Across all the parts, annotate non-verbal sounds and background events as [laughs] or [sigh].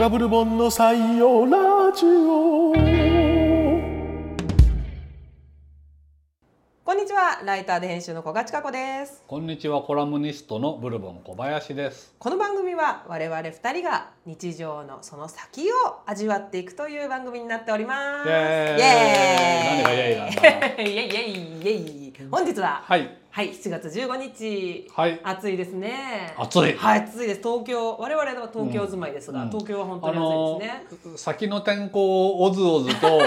ダブルボンの採用ラジオこんにちは、ライターで編集の小賀千佳子です。こんにちはコラムニストのブルボン小林です。この番組は我々二人が日常のその先を味わっていくという番組になっております。イエーイ何がイエーイなん [laughs] イエーイイエーイイエーイイエーイ本日は、はい、はい7月15日、はい暑いですね。暑い。はい、暑いです。東京、我々は東京住まいですが、うん東京は本当あにの暑いですね。ー先の天候をおずおずと [laughs]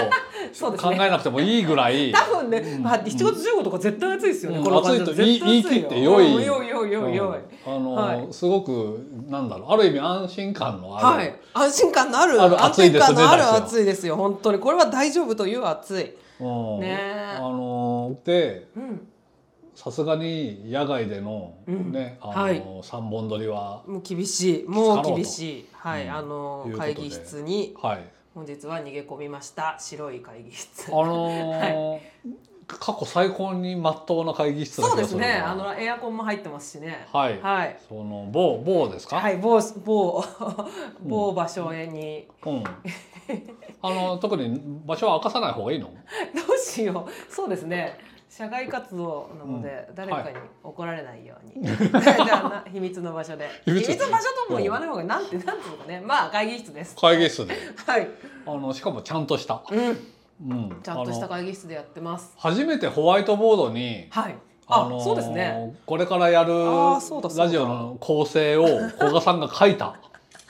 そうです考ねえなくてもいいぐ [laughs] らい。多分ね、うんまあ、7月15とか絶対暑いですよね。うんこの感じだ暑いと言い絶対暑言い切って良いうん良い良い良い良い。うんあのーはすごくなんだろうある意味安心感のあはる。い、安心感のあるある安暑い定です感のある出たんですよ暑いですよ本当にこれは大丈夫という暑い、うんねえあのーでうん、さすがに野外でのうんね、あのー三本撮りはもう厳しいも疲ろううと厳しい、はいうんあのいうこと会で議室にはい。本日 [laughs] は逃げ込みました白い会議室あのー過去最高に真っ当な会議室だそう気でがするなねあのエアコンも入ってますしねはい。はいその某某ですか。はい某某某場所へに、うん。 [laughs] あの特に場所は明かさない方がいいの？どうしようそうですね社外活動なので、誰かに怒られないように、 [laughs] じゃあな秘密の場所で秘秘密密の場所とも言わない方がなんてなんていうかねまあ会議室です会議室で。はい、あのしかもちゃんとした。うん、うん。ちゃんとしたあの。会議室でやってます初めてホワイトボードに。はいあ、のそうですねこれからやるあーそうだそうだラジオの構成を古賀さんが書いた。 [laughs]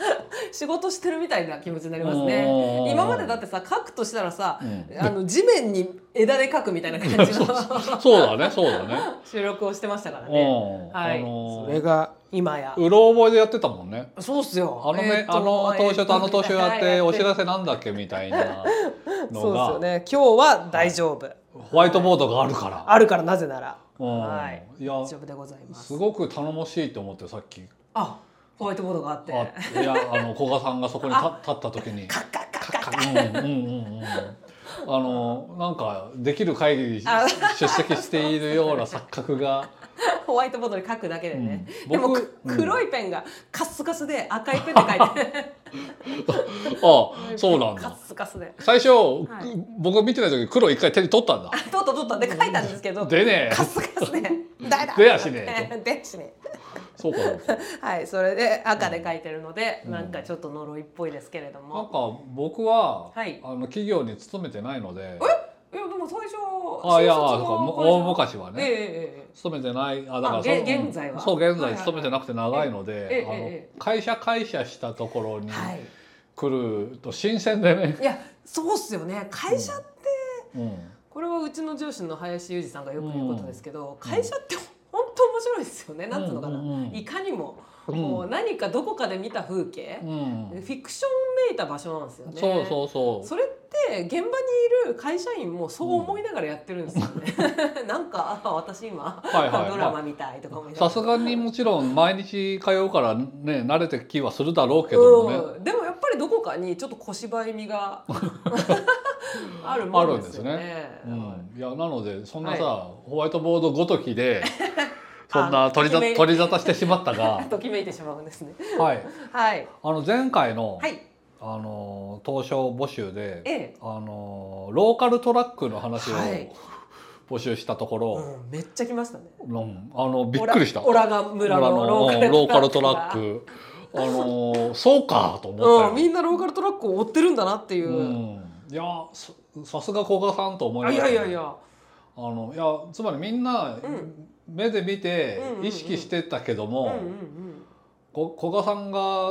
仕事してるみたいな気持ちになりますおねー今までだってさ書くとしたらさ、うんあの地面に枝で書くみたいな感じの [laughs] そうだね、そうだね。収録をしてましたからねうん。はい、あのそれが今やうろ覚えでやってたもんね。そうっすよあのね、えーとあの投書とあの投書やっはいてお知らせなんだっけみた [laughs] いなのそうですよが、ね今日は大丈夫、ホワイトボードがあるから。あるからなぜならうんはいいや大丈夫でございますすごく頼もしいと思ってさっきあホワイトボードがあってあいやあの古賀さんがそこに立立った時にカッカッカッカッカッうんうんうんうんあのなんかできる会議にあ出席しているような錯覚がホワイトボードに書くだけでね、うんでも僕くうん黒いペンがカッスカスで赤いペンで書いてあ [laughs] そうなんカッだスカスで最い初、僕見てない時黒一回手に取ったんだ取った取ったで書いたんですけどでねカッスカスで「誰だ?」出やしねえ出やしねえそうかそうかはいそれで赤で書いてるので、うんなんかちょっと呪いっぽいですけれどなんも、か僕は、はいあの企業に勤めてないのでいやでも最初あいや新卒そうのか会社大昔はね、えええええ勤めてないあだからあそげの現在はそう現はいはい在勤めてなくて長いのええで、ええあの会社会社したところにえはい来ると新鮮でね、いやそうっすよね会社、うん、これはうちの上司の林裕二さんがよく言うことですけど、会社って本当面白いですよね、なんつうのかな、うんうんうんいかにも、うんもう何かどこかで見た風景、うんフィクションめいた場所なんですよねそうそうそうそれって現場にいる会社員もそう思いながらやってるんですよね、 [laughs] なんかあ私今、はいはいドラマみたいとか思いながさらすがにもちろん毎日通うからね慣れてきはするだろうけどもね、うん、でもやっぱりどこかにちょっと小芝居味 [laughs] があるもんですよねあるんうはいん、いやなのでそんなさ、はホワイトボードごとき [laughs] でそんあな取りざ決め、取り沙汰してしまったが [laughs] ときめいてしまうんですねはい、はいあの前回の、はいあの当初募集で、ええあのローカルトラックの話を、はい募集したところ、うん、めっちゃ来ましたね。うんあのびっくりしたオラオラが村のロ村のローーカカルルトトラッラクが。ック [laughs] あのそうかと思うっん、たみよ、んなローカルトラックを追ってるんだなっていうう。んいやささすが古賀さんと思いあまいしたやねいやいや。あのいやつまりみんな、ん目で見てうんうんうん意識してたけどうんうも、んうん。こ古賀さんが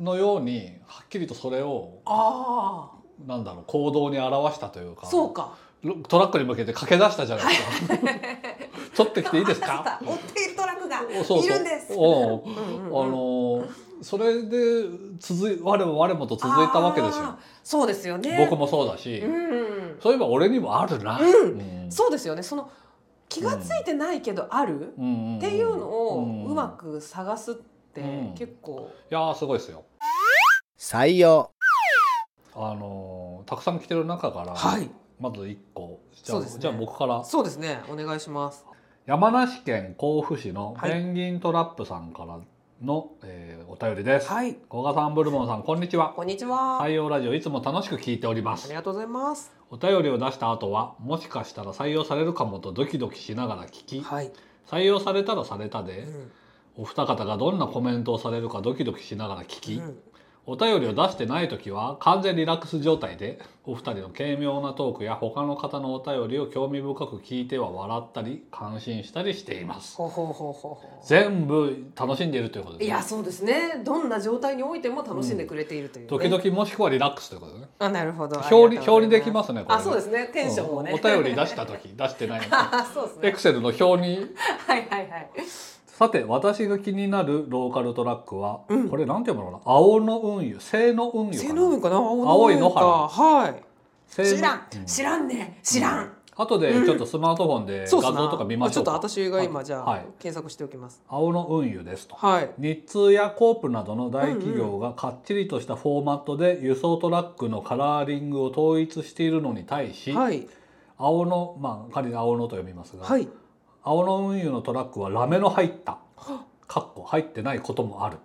のようにはっきりとそれをあなんだろう行動に表したというあ、かそうか。ロトラックに向けて駆け出したじゃない [laughs] ですか。取ってきていいですあか。追っているトラックがおそうそういるんです。おううんうんうんあのーそれで続い我も我もと続いたわけですよあ。ー。そうですよね。僕もそうだし、うんうん。そういえば俺にもあるな。うんんそうですよね。その気がついてないけどあるうんんんっていうのをうんまく探すってうん結構。いやーすごいですよ。採用あのーたくさん来てる中から、はい。まず一個じゃそうあ、ですねじゃあ僕からそうですね。お願いします。山梨県甲府市のはいペンギントラップさんからの、えーおお便りです。はい。古賀さん、ブルボンさん、こんにちは。こんにちは。採用ラジオいつも楽しく聞いておりまあすり。がとうございます。お便りを出した後は、もしかしたら採用されるかもとドキドキしながら聞き、はい。採用されたらされたで、んお二方がどんなコメントをされるかドキドキしながら聞き、うんお便りを出してない時は完全リラックス状態でお二人の軽妙なトークや他の方のお便りを興味深く聞いては笑ったり感心したりしていますほうほうほうほうほ全部楽しんでいるというこう。といです、や、ね、そうですね。どんな状態においても楽しんでくれているという、ね時々もしくはリラックスということでねあ、なるほど。表裏表裏できますねこれあ、そうですね。テンションもね。うんお便り出した時出してない [laughs] あ、そうですエねク。セルの表にはいはいはい。さて私が気になるローカルトラックは、これなんて読むのかな青の運輸青の運輸性能かな運かな。青い野原はい。青の知らん、知らんね知らん、後でちょっとスマートフォンでそ画うっすな像とか見ましょうかあちょっと私が今じゃあ、はい検索しておきます青の運輸ですとはい日通やコープなどの大企業がかっちりとしたフォーマットで輸送トラックのカラーリングを統一しているのに対し、はい青のまあ仮に青のと読みますが、はい青の運輸のトラックはラメの入ったかっこ入ってないこともある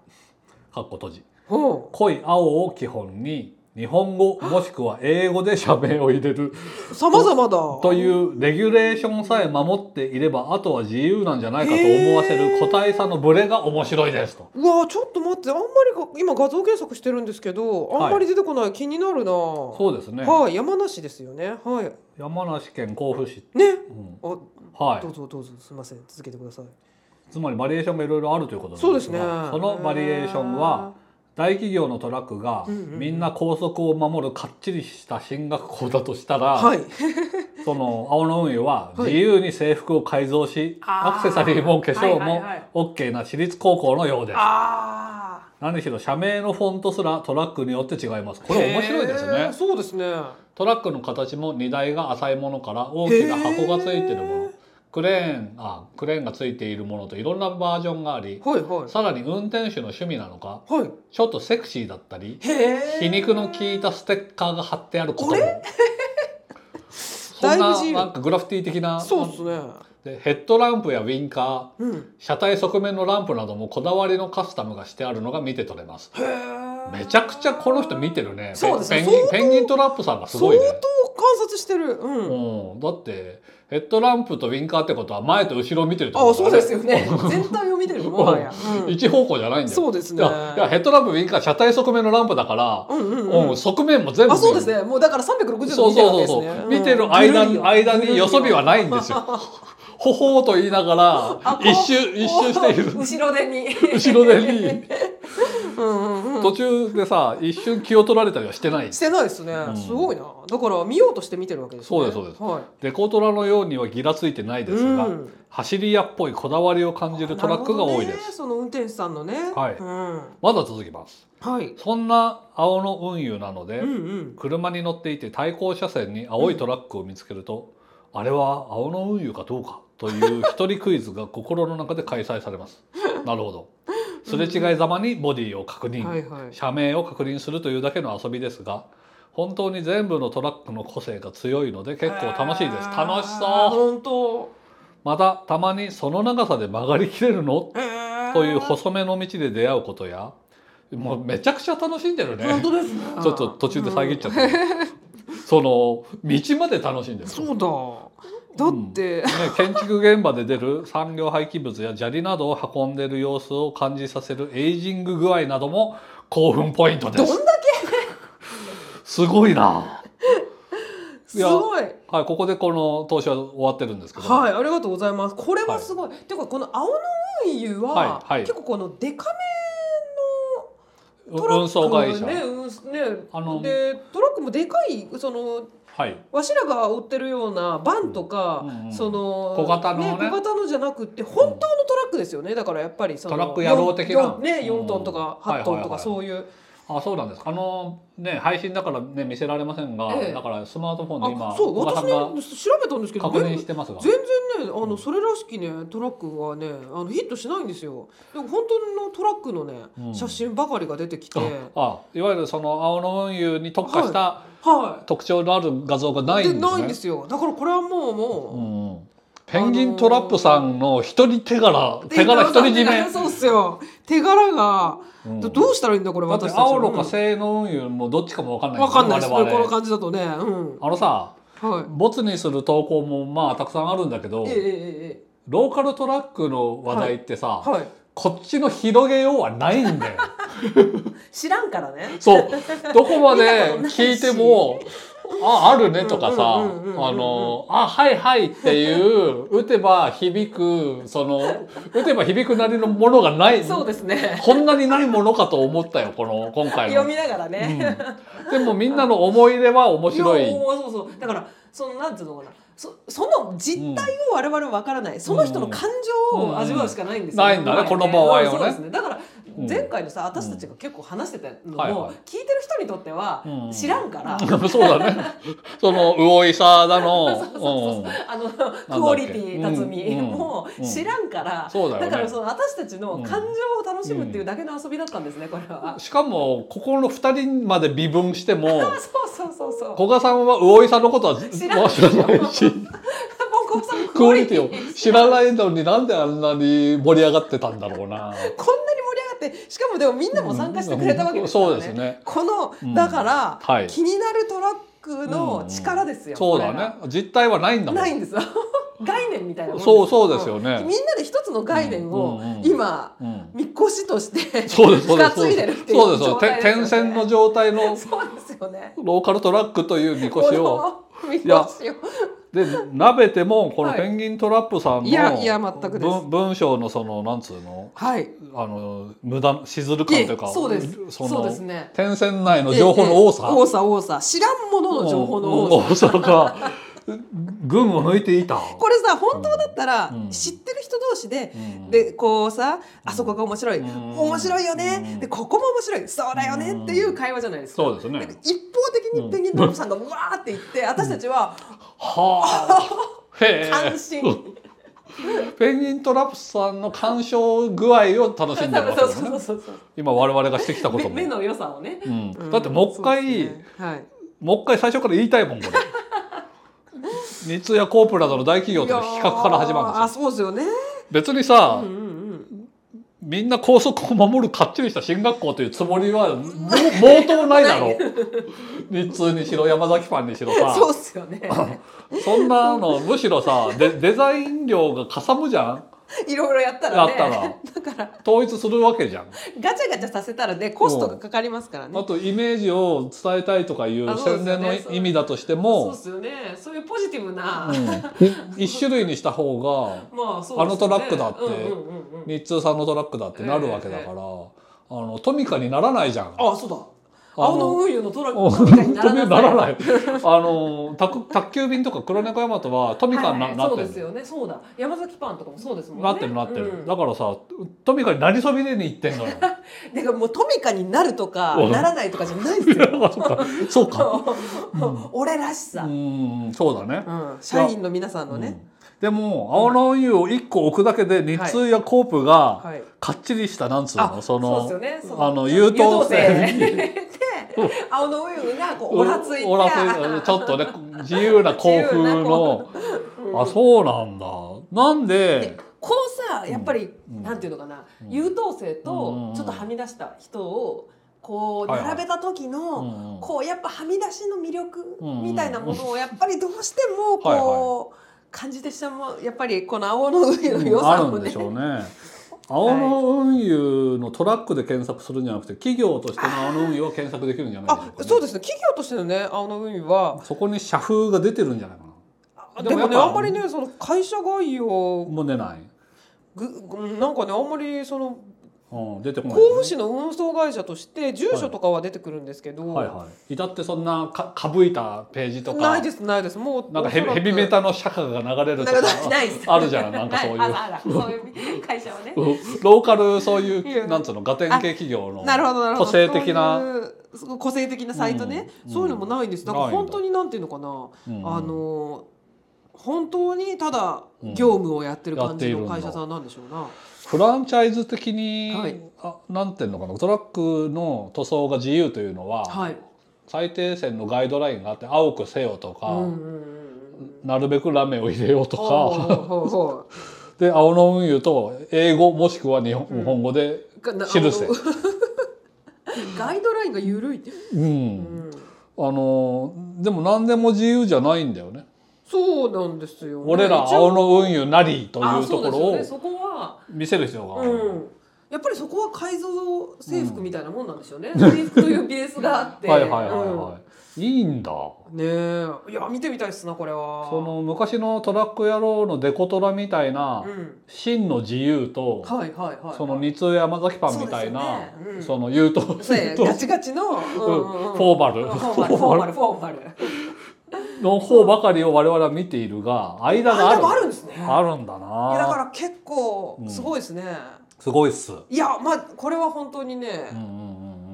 かっこ閉じほ濃い青を基本に日本語もしくは英語で社名を入れるうさまざまだというレギュレーションさえ守っていればあとは自由なんじゃないかと思わせる個体差のブレが面白いですと。うわちょっと待ってあんまりが今画像検索してるんですけどあんまり出てこない、気になるなはそうですね、い山梨ですよねはい山梨県甲府市、ねうんあはど、いうぞどうぞすいません続けてくださいつまりバリエーションがいろいろあるということなんそうですすがねそのバリエーションは大企業のトラックがうんうんうんみんな高速を守るかっちりした進学校だとしたら、はいその青の運輸ははい自由に制服を改造し、あーアクセサリーも化粧はいもはい OK な私立高校のようです。ああ何しろ社名のフォントすらトラックによって違いますこれ面白いですねそうですねトラックの形も荷台が浅いものから大きな箱がついているもへのクレーンあクレーンがついているものといろんなバージョンがありはいはいさらに運転手の趣味なのかはいちょっとセクシーだったりへえ皮肉の効いたステッカーが貼ってあることもこ [laughs] そんだいぶな自由なんかグラフィティ的なそうですねでヘッドランプやウィンカーうん車体側面のランプなどもこだわりのカスタムがしてあるのが見て取れますへえめちゃくちゃこの人見てるね。そうですねペンギン相当ペンギントラップさんがすごいね。相当観察してるうん、うん、だってヘッドランプとウィンカーってことは前と後ろを見てるってことあそうですよ。よね全体を見てるもは [laughs] や、うん一方向じゃないんだよ。そうですねいやいやヘッドランプウィンカー車体側面のランプだから、うんうんうんうん側面も全部あ見てそうるですねもうだから360そ度う見てるわけそうですねうんそうそう、見てる間ぐるりよに間によそ見はない [laughs] んですよ。ほほーと言いながらあこう一周一周しているこう [laughs] 後ろ手に [laughs] 後ろ手にうんうんうん途中でさ一瞬気を取られたりはしてないしてないですね、んすごいなだから見ようとして見てるわけですねそうですそうですはいデコトラのようにはギラついてないですが、うん走り屋っぽいこだわりを感じるトラックが多いでなるほどねす、その運転手さんのねはいうんまだ続きますはいそんな青の運輸なので、うんうん車に乗っていて対向車線に青いトラックを見つけると、あれは青の運輸かどうかという一人クイズが心の中で開催されますなるほどすれ違いざまにボディを確認、はいはい社名を確認するというだけの遊びですが本当に全部のトラックの個性が強いので結構楽しいです楽しそう本当またたまにその長さで曲がりきれるのという本細めの道で出会うことやもうめちゃくちゃ楽しんでるね当ですねちょっと途中で遮っちゃった、その道まで楽しんでるそうだだって、ね、建築現場で出る産業廃棄物や砂利などを運んでる様子を感じさせるエイジング具合なども興奮ポイントですどんだけすごいな、いすやごいはい、ここでこの投資は終わってるんですけど、はいありがとうございますこれはすごい、ていうかこの青の運輸は、はいはい結構このデカめのトラック運送会社、ね運ねあのでトラックもでかいそのはいわしらが追ってるようなバンとか、うんうんその小型のね小型のじゃなくって本当のトラックですよねだからやっぱりそのトラック野郎的なよんね、うん4トンとか8トンはいはいとはいかそういう、あ、そうなんです。あのね配信だからね見せられませんが、ええだからスマートフォンで今あそう小賀私さんね調がべたんですけど確認全部してますが、全然ねあのそれらしきねトラックはねあのヒットしないんですよでも本当のトラックのね、うん写真ばかりが出てきてあ、いわゆるその青の運輸に特化したは特徴のある画像がないいんでですね。ないんですよだからこれはもうもう、うんうん。ペンギントラップさんの一人手柄手柄独り占 [laughs] めそうっすよ手柄が、うんどどうしたらいいんだこれだって私たち青のか性能運輸もどっちかも分かんないわかんないですね我々この感じだとねうんあのさはいボツにする投稿もまあたくさんあるんだけどえええええローカルトラックの話題ってさ、えはいこっちの広げようはない [laughs] んだよ知らんからねそうどこま見たこでとないし聞いてもああるねとかさうんうんうんうんうんあのあはいはいって [laughs] いう打てば響くその打てば響くなりのものがないそうですねこんなにないものかと思ったよこの今回の読みながらね、でもみんなの思い出は面白いやもうそうそうだからそのなんていうのかなそその実態を我々わからない、その人の感情を味わうしかないんですよ、うんうんないんだね今この場合はねうんそうですねだからうん前回のさ私たちが結構話してたのはいはもい聞いてる人にとってはうん知らんから、 [laughs] そうだね。その魚井さ [laughs] だの、うんあ [laughs] のクオリティなんだっけ辰巳うんもうん知らんから、そうだよねからその私たちの感情を楽しむっていうだけの遊びだったんですねこれは。しかもここの二人まで微分し [laughs] ても、あそうそうそうそう。 [laughs] もう古賀さんは魚井さんのことは知らん知らない [laughs] し、こうさんクオリティを知らないのになんであんなに盛り上がってたんだろこうな。んなに盛り上がってしかもでもみんなも参加してくれたわけですからね。そうですね。この、うんだから、はい気になるトラックの力ですよ、そこうれだがね。実態はないんだもん。ないんですよ [laughs] 概念みたいなもんそうそうですよねうんみんなで一つの概念をうんうんうん今、うん。みこしとしてそうですそ [laughs] うです。ついでるっていうそうです。そ状う態でですすよね点線の状態のそうですよねローカルトラックというみこしを。このみこやしをで鍋てもこのはいペンギントラップさんのいやいや全くです文文章のそのなんつうのはいあの無駄しずる感というかいえそうですそのそうですね点線内の情報の多さええええ多さ多さ知らんものの情報の多さ多さが群を抜いていたこれさ本当だったらうん知ってる人同士でうんでこうさあそこが面白いうん面白いよねうんでここも面白いそうだよねっていう会話じゃないですかそうですねなんか一方的にペンギンのお父さんがわーって言って私たちははあへ安心えペンギントラップさんの鑑賞具合を楽しんでるわけそうでそうそすねうそうそう今我々がしてきたこと目も目の良さをねうんうんだってもう一そ回ですねはいもう一回最初から言いたいもんこれ三ツ矢コープなどの大企業との比較から始まるんいやーあですよそうですよね別にさ、うんうんみんな校則を守るかっちりした進学校というつもりはもう毛頭ないだろ日通にしろ山崎ファンにしろあさそうっすよね [laughs] そんなのむしろさデデザイン料がかさむじゃんいろいろやったやらっねたら、統一するわけじゃんガチャガチャさせたらねコストがかかりますからねあとイメージを伝えたいとかいうあそうで宣すよ伝ねの意味だとしてもそうですよね。そういうポジティブな、まうん一種類にした方があそうですよねあのトラックだってうんうんうんうん日通さんのトラックだってなるわけだから、あのトミカにならないじゃん。あそうだ。あ青の運輸のトラおックみたいになトミらカにならない。ない。あの宅宅急便とか黒猫ヤマトはトミカにな,、はいなそっうてでるすよね。そうだ。山崎パンとかもそうですもんね。なってるなってる、うんだからさトミカになりそびれに行って [laughs] んのよだからもうトミカになるとかうんならないとかじゃないですよそうか俺らしさうんそうだね、うん社員の皆さんのうんねでも青の湯を1個置くだけで日通やコープがはいかっちりしたなんつうの、あそのそうですよねそのあの優等優生等生 [laughs] で青の運輸がこうおらついて、おらついちょっとね自由な校風のあそうなんだなんでこのさやっぱり、うんなんていうのかな、うん優等生うんうんうとんちょっとはみ出した人をこうはいはい並べた時の、うんうんこうやっぱはみ出しの魅力うんうんみたいなものをやっぱりどうしてもこう、はいは感じてしまうやっぱりこの青の上の良あさるをんねでしょうね青の運輸のトラックで検索するんじゃなくて企業としての青の運輸を検索できるんじゃないでしょあうかねそうですね企業としてのね青の海はそこに社風が出てるんじゃないかなでもねやっぱあんまりねその会社概要もう出ない、ぐぐなんかねあんまりそのうん、出てこない、甲府市の運送会社として住所とかは出てくるんですけど、はいはい至ってそんなかかぶいたページとかないですないですもうなんかヘビヘビメタの社歌が流れるとなんかかないですあるじゃんなんかそういうあらあらそういう会社はねローカルそういいやうなんつうのガテン系企業のなるほどなるほど個性的そうないうすごい個性的なサイトね、うんそういうのもないんですだからないんだ本当になんていうのかな、うんあの本当にただ業務をやってる感じうんのやっ会ているんだ社さんなんでしょうな、フランチャイズ的に、はいあなんていうのかなトラックの塗装が自由というのは、はい、最低線のガイドラインがあって青くせよとか、うんうんうんうんなるべくラメを入れようとほかうほうほ [laughs] で青の運輸と英語もしくは日本,、日本語でうかな記せあの [laughs] ガイドラインが緩いって、う、うんん、あのーでも何でも自由じゃないんだよねそうなんですよね、俺ら一応青の運輸なりとあいーうとそうこですろよをねそこは見せる必要がある、うん、やっぱりそこは改造制服みたいなもんなんですよね、制服というベースがあってはいはいはいはい、いいんだうんねえいや見てみたいっすなこれはその昔のトラック野郎のデコトラみたいなうん、真の自由と、はいはいはいその二通山崎パンみたいなそうですよねうんその優等 [laughs] そう生やとガチガチの、うんうんうん、フォーバルフォーマルフォーマルフォーマルの方ばかりを我々は見ているが間がああでるもあるんですねあるんだいやだかなら結構すごいですね、すごいっす、いやまあこれは本当にね、うんうんうんう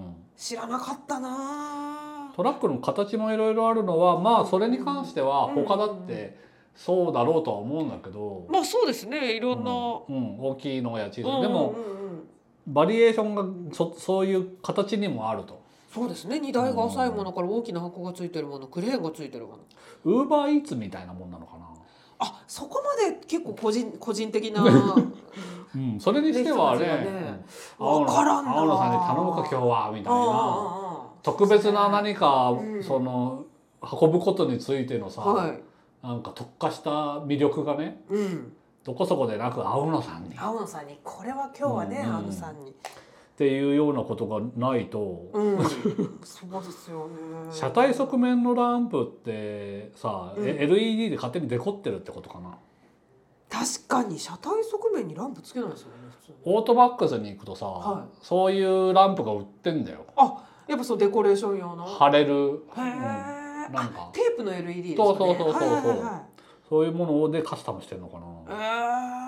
ん、知らなかったなトラックの形もいろいろあるのはまあそれに関してはうん他だってそうだろうとは思うんだけど、まあそうですねいろんな、うんうん大きいのや小うんさいでもうんうんうんバリエーションがそそういう形にもあると。そうですね荷台が浅いものから大きな箱がついてるものクレーンがついてるものウーバーイーツみたいなもんなのかな。あそこまで結構個人個人的 [laughs] なうん、それにしてはね、ねうん青野わからんな青野さんに頼むか今日はみたいなあ特別な何か、うんその運ぶことについてのさ、あはいなんか特化した魅力がねうんどこそこでなく青野さんにっ青野さんにこれは今日はねうんうん青野さんにていうようなことがないと、 [laughs] うんそうですよね車体側面のランプってさ、うんえ LED で勝手にデコってるってことかな。確かに車体側面にランプつけないですよね普通にオートバックスに行くとさ、はそういうランプが売ってんだよ。やっぱそのデコレーション用の貼れる、へえうんなんあかテープの LED ですかねそうそうそうそうそうはいはいはいそういうものでカスタムしてるのかな。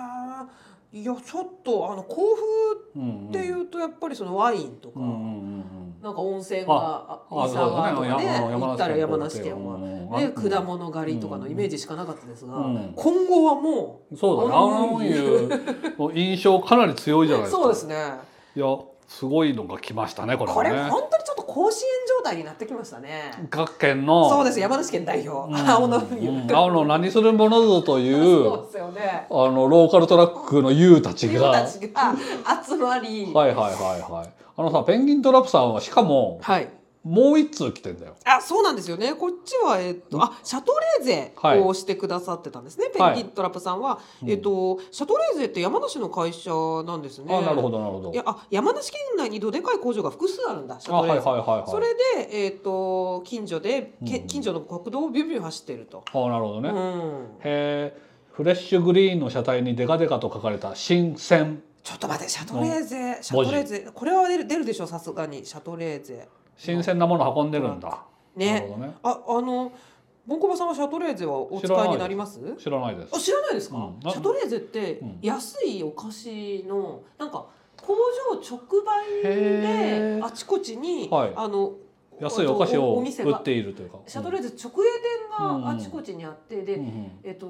えーいやちょっとあの甲府うんうんっていうとやっぱりそのワインとか、うんうんうんうんなんか温泉があ伊佐川とかねそうだね行ったら山梨県は、はね、果物狩りとかのイメージしかなかったですが、うん今後はもそうだね青青のの湯 [laughs] の印象かなり強いじゃないうですかそうですねいやすごいのが来ましたねこれこはれね本当にちょっと甲子園状態になってきましたね。各県のそうです山梨県代表、うん [laughs] 青の湯、うん青の何するものぞと [laughs] いそううですよね。あのローカルトラックの優たち自分がはたいちが集まり、はい、はいはいはいあのさペンギントラップさんはしかももう一通来てんだよあそうなんですよねこっちは、えっと、あシャトレーゼはいをしてくださってたんですね、はいペンギントラップさんは、うんえっと、シャトレーゼって山梨の会社なんですね。あなるほどなるほどいやあ山梨県内にどでかい工場が複数あるんだシャあトはレいーはゼいはいそはいれで、えっと近所で、けうん近所の国道をビュンビュン走ってると。あなるほどねうんへえフレッシュグリーンの車体にデカデカと書かれた新鮮ちょっと待ってシャトレーゼ、シャ文字トレーゼこれは出る出るでしょさすがにシャトレーゼ新鮮なもの運んでるんだ、なるねほどねああのボンコバさんはシャトレーゼはお使知らいないですになります知らないですあ知らないですか、うんなシャトレーゼってうん安いお菓子のなんか工場直売へでーあちこちに、はいあの安いお菓子おをお売店がっているというかシャトレーーゼ直営店があちこちにあって、で、えっと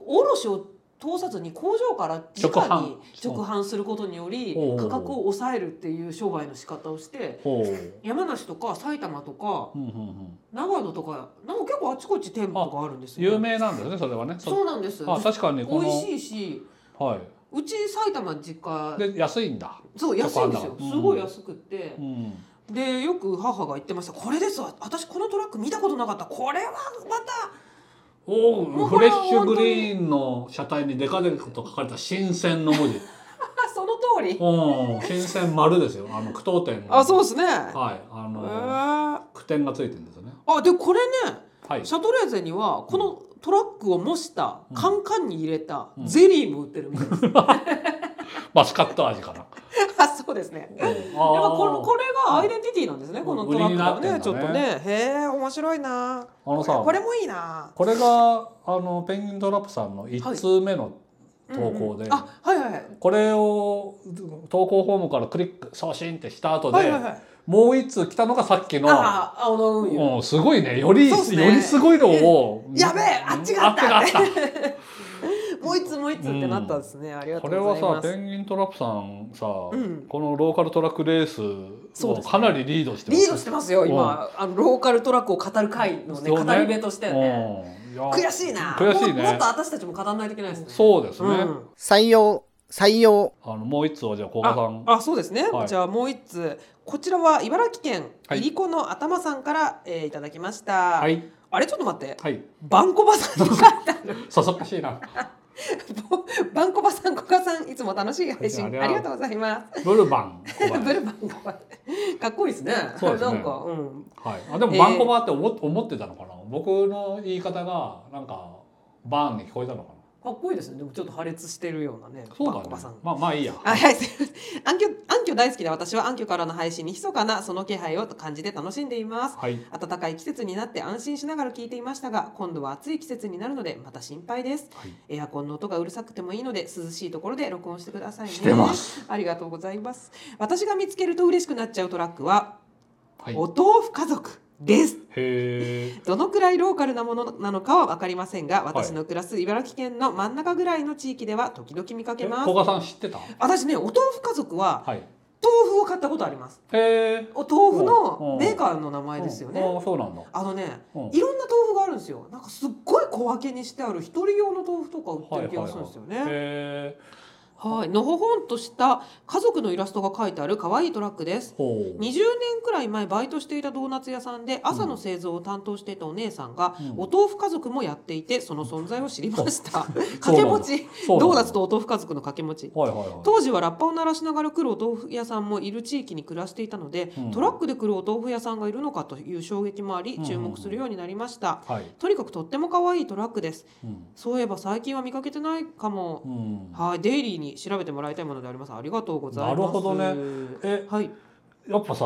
卸を通さずに工場から直直に販直販することによりおうおうお価う格を抑えるっていう商売の仕方をしてほう山梨とか埼玉とかうんうんうん長野とかなんか結構あちこち店舗とかあるんですよ、有名なんですねそれはねそそうなんですあ確かにこ美味のしいしはうち埼玉実い家で安いんだ、そう安いんです直よ販だすごい安くってう、ん、でよく母が言ってました「これですわ私このトラック見たことなかったこれはまた [laughs] おもううこフれレはッシュ本当にグリーンの車体にデカデカと書かれた新鮮の文字あその通りうん新鮮丸ですよあの句読点があそうですねはいあえのー句点がついてるんですよねあでこれねはいシャトレーゼにはこのトラックを模したうんカンカンに入れたうんゼリーも売ってるみたい [laughs] です、マスカット味かなあそうですねやっやっぱこのこれがアイデンティティなんですね、うんこのトラックがね売りになってんだねちょっとねへえ面白いなあのさこれもいいなこれがあのペンギントラップさんの1通目の投稿うんで、うんあはいはいはいこれを投稿フォームからクリック送信ってした後で、はいはいはいもう1通来たのがさっきの、あ青の運輸うん、すごいねよりそうっすねよりすごいのをやべえあっちがあったあっちがあっ [laughs] たもういつもういつってなったんですね、ありがとこうれごはざいまさすペンギントラップさんさ、んこのローカルトラックレースそうでをすねかなりリードしてますリードしてますよ今、あのローカルトラックを語る会のねそうね語り部としてねうんや悔しいな悔しいねももっと私たちも語らないといけないですねそうですね、うん採用採用あのもう一つはじゃあ古賀さんああそうですね、はいじゃあもう一つこちらは茨城県はいいりこの頭さんから、えーいただきました、はいあれちょっと待ってはいバンコバさんって書いてあるそそっかしいなバンコバさん古賀さんいつも楽しい配信ありがとうありがとうございま [laughs] ブルバンす古賀ブルバンコバかっこいいですねそうですねなんかうんはいあでもバンコバって思っ思ってたのかな僕の言い方がなんかバーンに聞こえたのかなかっこいいですねでもちょっと破裂してるようなねそうバンコだバねさんまあまあいいやあはい、すいません。暗渠暗渠大好きで私は暗渠からの配信に密かなその気配を感じて楽しんでいます。はい暖かい季節になって安心しながら聞いていましたが、今度は暑い季節になるのでまた心配です。はいエアコンの音がうるさくてもいいので涼しいところで録音してくださいね。。してますありがとうございます。私が見つけると嬉しくなっちゃうトラックは、はいお豆腐家族です。へえどのくらいローカルなものなのかは分かりませんが、私の暮らす茨城県の真ん中ぐらいの地域では時々見かけます古。賀さん知ってた私ね、お豆腐家族ははい豆腐を買ったことあります。へえお豆腐うんうのんメーカーの名前ですよね。あそうなんだあのね、うんいろんな豆腐があるんですよ。なんかすっごい小分けにしてある一人用の豆腐とか売ってる気がするんですよはいはいはいね。へえはい、のほほんとした家族のイラストが書いてある可愛いトラックです。ほ20う年くらい前バイトしていたドーナツ屋さんで朝の製造を担当していたお姉さんが、うんお豆腐家族もやっていてその存在を知りました。掛そうなけんだ持ちそうなんだドーナツとお豆腐家族の掛け持ち。はいはいはい当時はラッパを鳴らしながら来るお豆腐屋さんもいる地域に暮らしていたので、うんトラックで来るお豆腐屋さんがいるのかという衝撃もありうん注目するようになりました、はい、とにかくとっても可愛いトラックですうんそういえば最近は見かけてないかも、うん、はいデイリーに調べてもらいたいものでありますありがとうございますなるほどねえはいやっぱさ、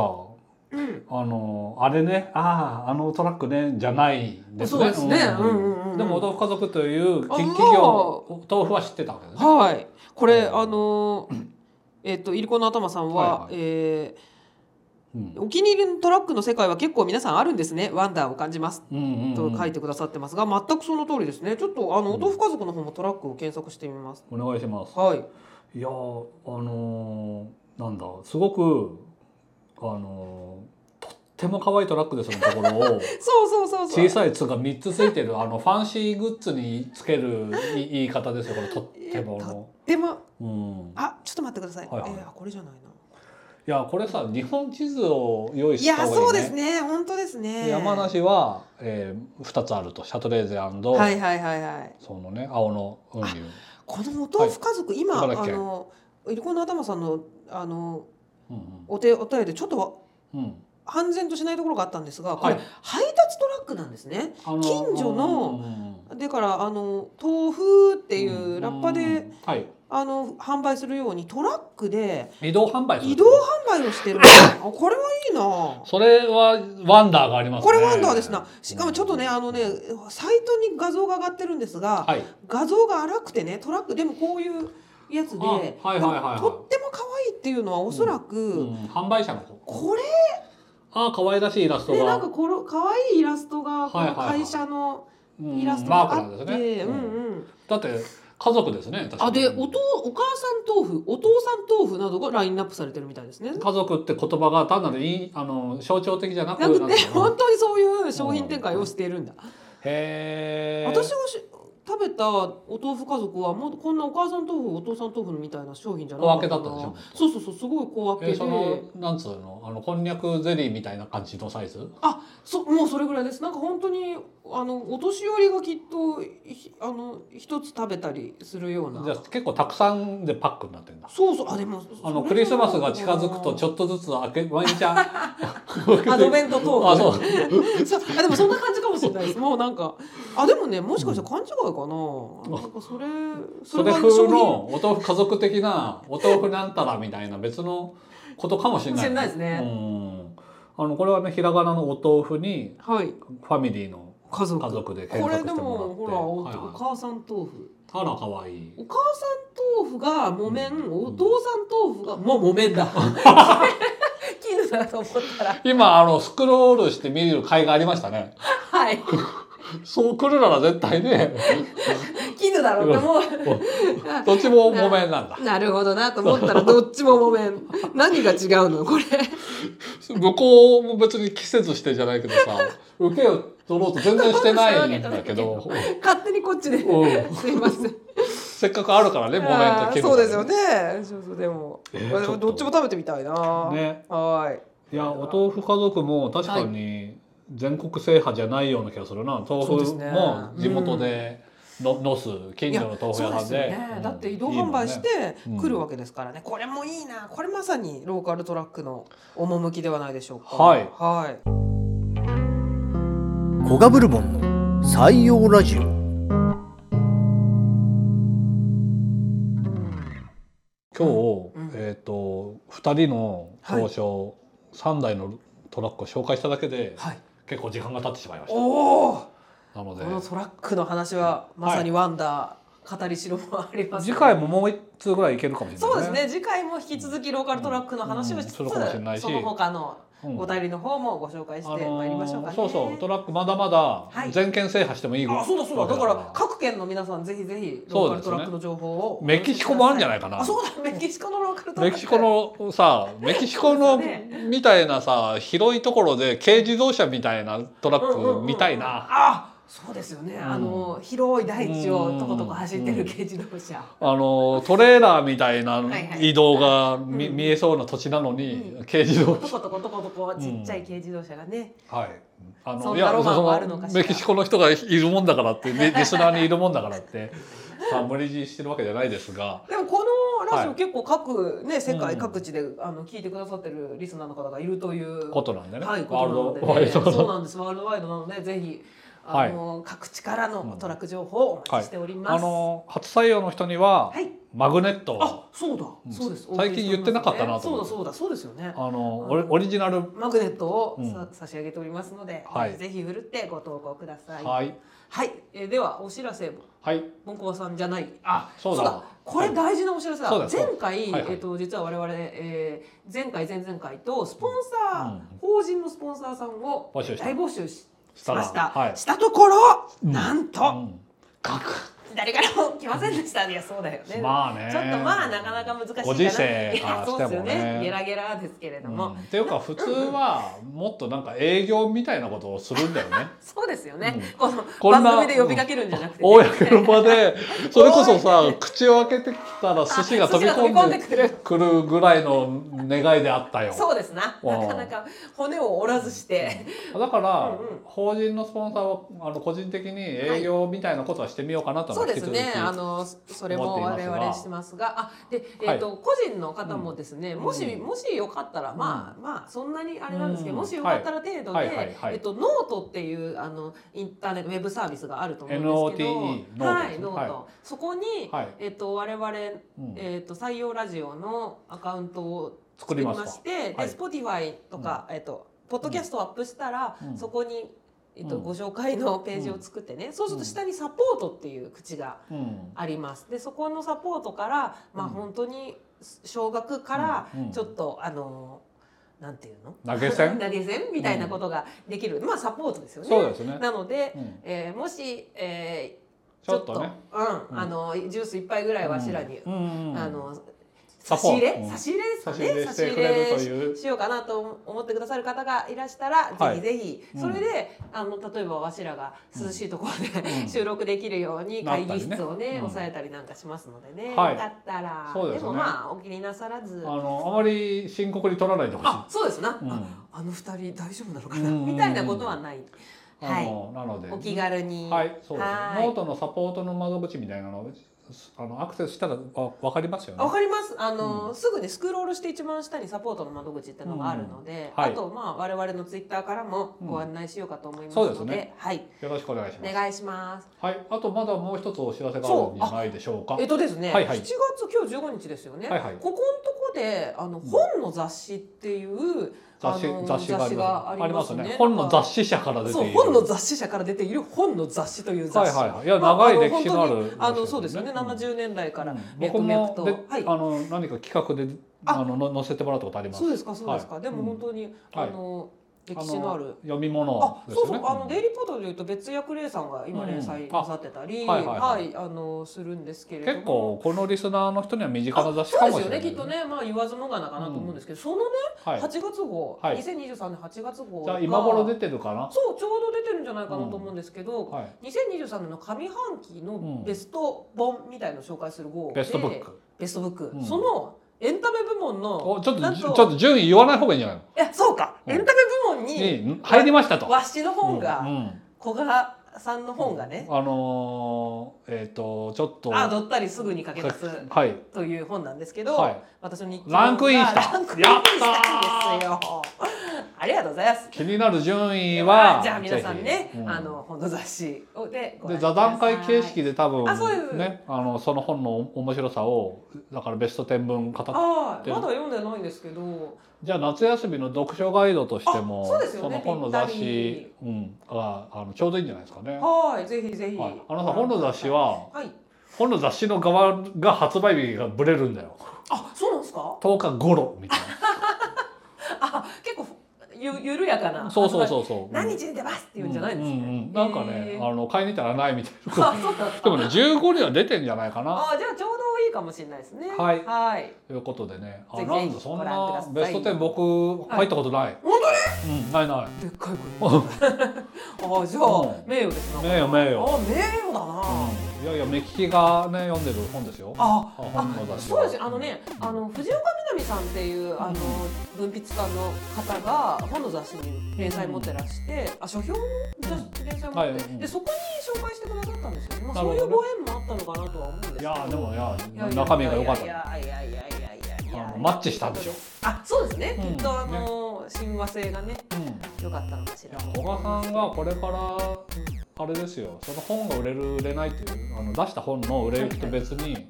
あのあれねあああのトラックねじゃないですそねうですねうんうんうんでもお豆腐家族というきあ企業もお豆腐は知ってたわけですねはいこれあのーえっといりこの頭さんは、はいはえうんーお気に入りのトラックの世界は結構皆さんあるんですねワンダーを感じますうんうんうとん書いてくださってますが、全くその通りですね。ちょっとあのお豆腐家族の方もトラックを検索してみます。お願いしますはい。いやーあのーなんだすごくあのーとっても可愛いトラックですのところを [laughs] そうそうそうそう。小さい「つ」が3つついてるあのファンシーグッズにつけるい言い方ですよこれとってもでもうんあちょっと待ってください。はいはいえーこれじゃないな。いやこれさ日本地図を用意いしたや方がいい、ね、そうですね本当ですね。で山梨は、えー、2つあるとシャトレーゼはいはいはいはい。そのね青の運輸このお豆腐家族、今あ茨城県のいりこの頭さんのあのうんお手お便りでちょっとわうんうん半然としないところがあったんですが、これ、はい配達トラックなんですね。あの近所のうんうんだからあの豆腐っていうんうラッパで。うんはい、あの販売するようにトラックで移動販売する移動販売をしてる [laughs] あこれはいいなそれはワンダーがありますこねれワンダーですなしかもちょっとねうんあのねサイトに画像が上がってるんですが、はい画像が荒くてねトラックでもこういうやつで、あはいはいはいはいとっても可愛いっていうのはおそらく、うん、販売者の方これあー可愛らしいイラストでがなんかこの可愛いイラストがこはいのはいはい会社のうんイラストマーがクあなんでっすて、ね、うんうんうんだって家族ですね確あかにでおとお母さん豆腐お父さん豆腐などがラインナップされてるみたいですね。家族って言葉が単なるいいあの象徴的じゃなくなくんてだろう本当にそういう商品展開をしているんだ。へえ私がし食べたお豆腐家族はもうこんなお母さん豆腐お父さん豆腐みたいな商品じゃなかったな小分けだったでしょそうそうそうすごい小分えけで、ーそのなんつうのあのこんにゃくゼリーみたいな感じのサイズあそもうそれぐらいですなんか本当にあのお年寄りがきっとひあの一つ食べたりするようじゃあな結構たくさんでパックになってんだそうそうあでもあのクリスマスが近づくとちょっょっとずつ開 [laughs] け毎日アアドベントあ豆そ腐うそうあでもそんな感じかもしれないですもうなんかあでもねもしかしたら勘違いかな,、なんかそれそれが風のお豆腐家族的なお豆腐なんたらみたいな別のことかもしれないかもしれないですねうんあのこれはねひらがなのお豆腐にはいファミリーの家族家族でこ検れ索でしてもらっもてほらお,、はいはい母さん豆腐あらかわいいお母さん豆腐が木綿、うんお父さん豆腐がもう木綿 [laughs] だ [laughs] 絹だと思ったら今あのスクロールして見る回がありましたねはいそう来るなら絶対 [laughs] ね絹だろうってもう [laughs] どっちも木綿なんだなるほどなと思ったらどっちも木綿何が違うのこれ向こうも別に季節してじゃないけどさ受けを取ろうと全然してないんだけど勝手にこっちでうんすいま [laughs] せんせっかくあるからね木綿あとー絹そうですよねそうそうでも、えーまあちょっとどっちも食べてみたいな、ねはーいいやお豆腐家族も確かに全国制覇じゃないような気がするな豆そうで腐すねも地元でののす近所の豆腐屋さいやそうでんですよね、だって移動うんいいも販んね売してうん来るわけですからね、これもいいなこれまさにローカルトラックの趣ではないでしょうかはいはいコガブルボンの採用ラジオ今日、うんえっ、と2人の交渉、三3台のトラックを紹介しただけで、はい結構時間が経ってしまいましおおたなのでこのトラックの話はまさにワンダー、語りしろもありますね次回ももう1通ぐらいいけるかもしれないそうですね次回も引き続きローカルトラックの話をしつつ、うんするかもしれないしその他のうんお便りの方もご紹介してまいりましょうかあのーね、そうそうトラックまだまだはい全県制覇してもいいあそうだそうだだかわけらだから各県の皆さんぜひぜひローカルトラックの情報を、メキシコもあるんじゃないかなあそうだメキシコのローカルトラッメクキシコのさメキシコそうのですみたいなさ広いところで軽自動車みたいなトラうんうんッうんク見たいなあそうですよね、あの広い大地をとことこ走ってうるん軽自動車、あのトレーラーみたいないはい移動がみうん見えそうな土地なのに軽自動と車ことことことこちっちゃい軽自動車がね、はいあそんないやロマンはあそるのかしらメキシコの人がい [laughs] るもんだからってリリスナーにいるもんだからってさあ無理強いしてるわけじゃないですがでもこのラジはオい結構各ね世界各地で、あの聞いてくださってるリスナーの方がいるということなんでねはい、ワールドワワーイルドドそうなんですワールドワイドなのでぜひあの、各地からのトラック情報をお待ちしております、あの初採用の人にははいマグネットをあそうだ、うんそうです最近言ってなかったなとそう思だってそうだそうですよねあのオリオリジナルマグネットをさ、うん差し上げておりますので、はいぜひふるってご投稿ください。、はいいえーではお知らせもはい文庫さんじゃない。あ、そうだこれ大事なお知らせだ。そうだそうだ前回、はいはいえっ、と実は我々、えー、前回前々回とスポンサー、うん法人のスポンサーさんを募集した大募集ししたらました。はいしたところ、なんと、うん書く誰からも来ませんでしたね。いやそうだよね。まあねちょっとまあなかなか難しいかな。ご時世いやからそしうてですよもね。ゲねラゲラですけれどうも。んっていうか普通はもっとなんか営業みたいなことをするんだよねそうですよね、うんこのこんな番組で呼びかけるんじゃなくてね、公の場でそれこそさ口を開けてきたら寿司が飛あ寿司び込んが飛び込んででくるくるぐらいの願いであったよそうですなうんなかなか骨を折らずして、だからうんうん法人のスポンサーはあの個人的に営業みたいなことはしてみようかなとそはう引できす続きねあのそれも我々してますがあで、えーと個人の方もですね、もしうんもしよかったら、まあまあそんなにあれなんですけど、うんもしよかったら程度で、はいはいはいはいえっとノートっていうあのインターネットウェブサービスがあると思うんですけど NOTE ノートはですいねノート、はそこに、はいえっと我々、うんえっと採用ラジオのアカウントを作りますかして、はでい Spotify とか、えっとポッドキャストをアップしたら、うんそこに、えっとうんご紹介のページを作ってね、そうすると下にサポートっていう口がうんあります。でそこのサポートから、まあうん本当に少額からうんうんちょっと、あのなんていうの投げ銭 [laughs] 投げ銭みたいなことができる、まあサポートですよね。そうですねなので、うんえーもし、えーちょっとねちょっとうん、あのジュース一杯ぐらいはしらに、うんうんうんあのサ差しポー入れ、うん差し入れですかね差し入れ差しして入くれるれとしいうしようかなと思ってくださる方がいらしたら、はいぜひぜひ、うんそれであの例えばわしらが涼しいところで、うん収録できるようにな会った議りね室をねうん抑えたりなんかしますのでね、はいよかったらそうですねもまあお気になさらずああのあまり深刻に取らないでほしい。そうですな、うんああの二人大丈夫なのかな、うんみたいなことはない、あはいのなので、お気軽にはい、そうですねは。いノートのサポートの窓口みたいなのをあのアクセスしたらあわかりますよあわね。かりますあの、すぐねスクロールして一番下にサポートの窓口ってのがあるので、うんはいあとまあ我々のツイッターからもご案内しようかと思いますうんのそで,、うですねはいよろしくお願いしおます。願いしますはい、あとまだもう一つお知らせがあるんじゃないでしょうかえっ。とですね、はいはい7月今日15日ですよね、はいはいここのとこであの本の雑誌っていう、雑誌あの雑誌がありますね。ありますね。本の誌雑誌社から出ていそうる。本の雑誌社から出ている本の雑誌という雑誌、はいはいはいいやま長いあの歴史のある本当にあのそうですよね、うん70年代から、うんえっと僕も脈で、々とはいあの何か企画であのの載せてもらったことあります。そうですかそうですか、はいでも本当に、あの、歴史のある。読み物あ、ですそうそよねう、あのデイリーポートでいうと、別役レイさんが今連載なさってたり、うんあは、はいいはいはいあのするんですけれども。結構このリスナーの人には身近な雑誌そかうもですよしれなね、いきけっどとね、ね、まあ言わずもがなかなと思うんですけど、そのね、はい8月号、はい2023年8月号じゃがあ今頃出てるかなそうちょうど出てるんじゃないかなと思うんですけど、はい2023年の上半期のんベスト本みたいのを紹介する号でベストブックベストブック、うんそのエンタメ部門のおちょっなんとじゅちょっと順位言わない方がいいんじゃないのいやそうか、うんエンタメ部門にに入りましたとわしの本が、うんうん古賀さんの本がね、あのーえっ、とちょっとああどったりすぐに駆け出すはいという本なんですけど、はい私の日記ランクインしたランクインしたんですよありがとうございます気になる順位はじゃあ皆さんねぜ、ひうんあの本の雑誌をでごで覧座談会形式でで多分あそうですねあのその本の面白さをだからベスト10分語ってああまだ読んでないんですけどじゃあ夏休みの読書ガイドとしてもあそうですよねの本の雑ぴ誌、うん、があのちょうどいいんじゃないですかね。ははいぜひぜひ、い、あのさ本の雑誌ははい本の雑誌の側が発売日がブレるんだよあそうなんですか10日頃みたいあ結構ゆ緩やかな [laughs] なそうそうそうそう何日に出ますっていうんじゃないんですうね、んうんなんかへねーあの買いに行ったらないみたいなあそうなんですでかもね15には出てんじゃない [laughs] かなあじゃあちょうどいいかもしれないですねはいはいということでねあぜひなんだそんご覧くだなさいベスト10僕入ったことない本当にうんないないでっかい [laughs] 声うんあじゃあう名誉ですな名誉名誉あ名誉だな、いやいや目利きがね読んでる本ですよああ本の雑誌はそうですよあのねあの藤岡みなみさんっていうあの文筆家の方が本の雑誌に連載持ってらして、あ書評の雑誌連載持って、はいうんでそこに紹介してくださったんですよ、ねまあ、なるそうほどねいうご縁もあったのかなとは思うんですいけどやーでもいやいやいや中身が良かっいたやいやいやいやいやいやいやあのマッチしたんでしょあそうですね、うんきっとあの親和性がねうんい良かったのかしらや古賀さんがこれからあれですよその本が売れる売れないっていうあの出した本の売れ行きと別に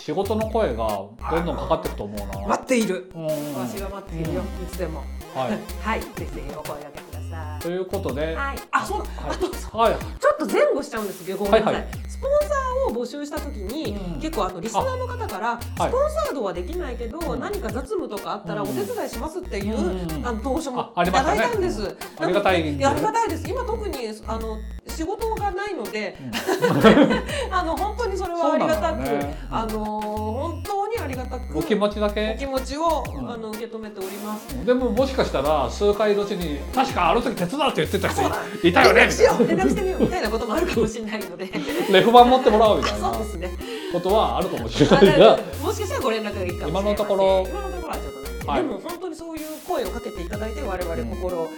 仕事の声がどんどんかかっていくと思うな待っているうんうんうん私が待っているよ、いつでもはいはいぜひぜひお声掛けくださいということではいはいあそうだあとはいちょっと前後しちゃうんですけど、ごめんなさい。はいはスポンサーを募集した時に、うん結構あのリスナーの方から、スポンサードはできないけど、うん何か雑務とかあったらおうん手伝いしますっていう、うんあの投書もああいりまたしだいたねたんです。ありがたいなのでやありがたいです。今特にあの仕事がないので、 [laughs] あの本当にそれはありがたく、そうなんだよねあの本当にありがたくお気持ちだおけ気持ちを、うんあの受け止めております。でももしかしたら数回のうちに確かあの時手伝うって言ってた人あそうだいたよね連絡みしたいよう連絡してみようみたいなこともあるかもしれないので、 [laughs] なレフ板持ってもらうみあたいなそうですね。ことはあるかもしれあないがもしかしたらご連絡がいいかもしれません今のところ今のところはちょっとね、はいでも本当にそういう声をかけていただいて我々心、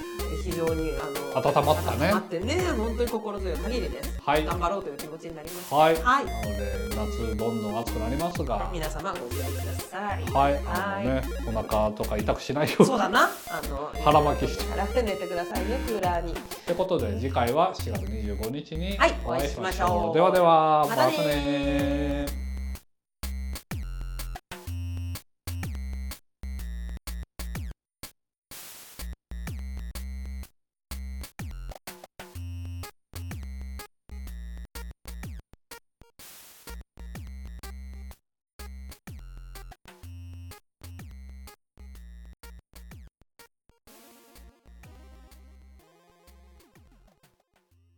非常にあの温まったね温まってね本当に心強い限りです、はい頑張ろうという気持ちになりますはいはい、なので夏どんどん暑くなりますが皆様ご自愛くださいはいあのねお腹とか痛くしないようにそうだなあの腹巻きして腹で寝てくださいねクーラーにってことで次回は4月25日にはいお会いしましょう、お会いしましょうではではまたねーー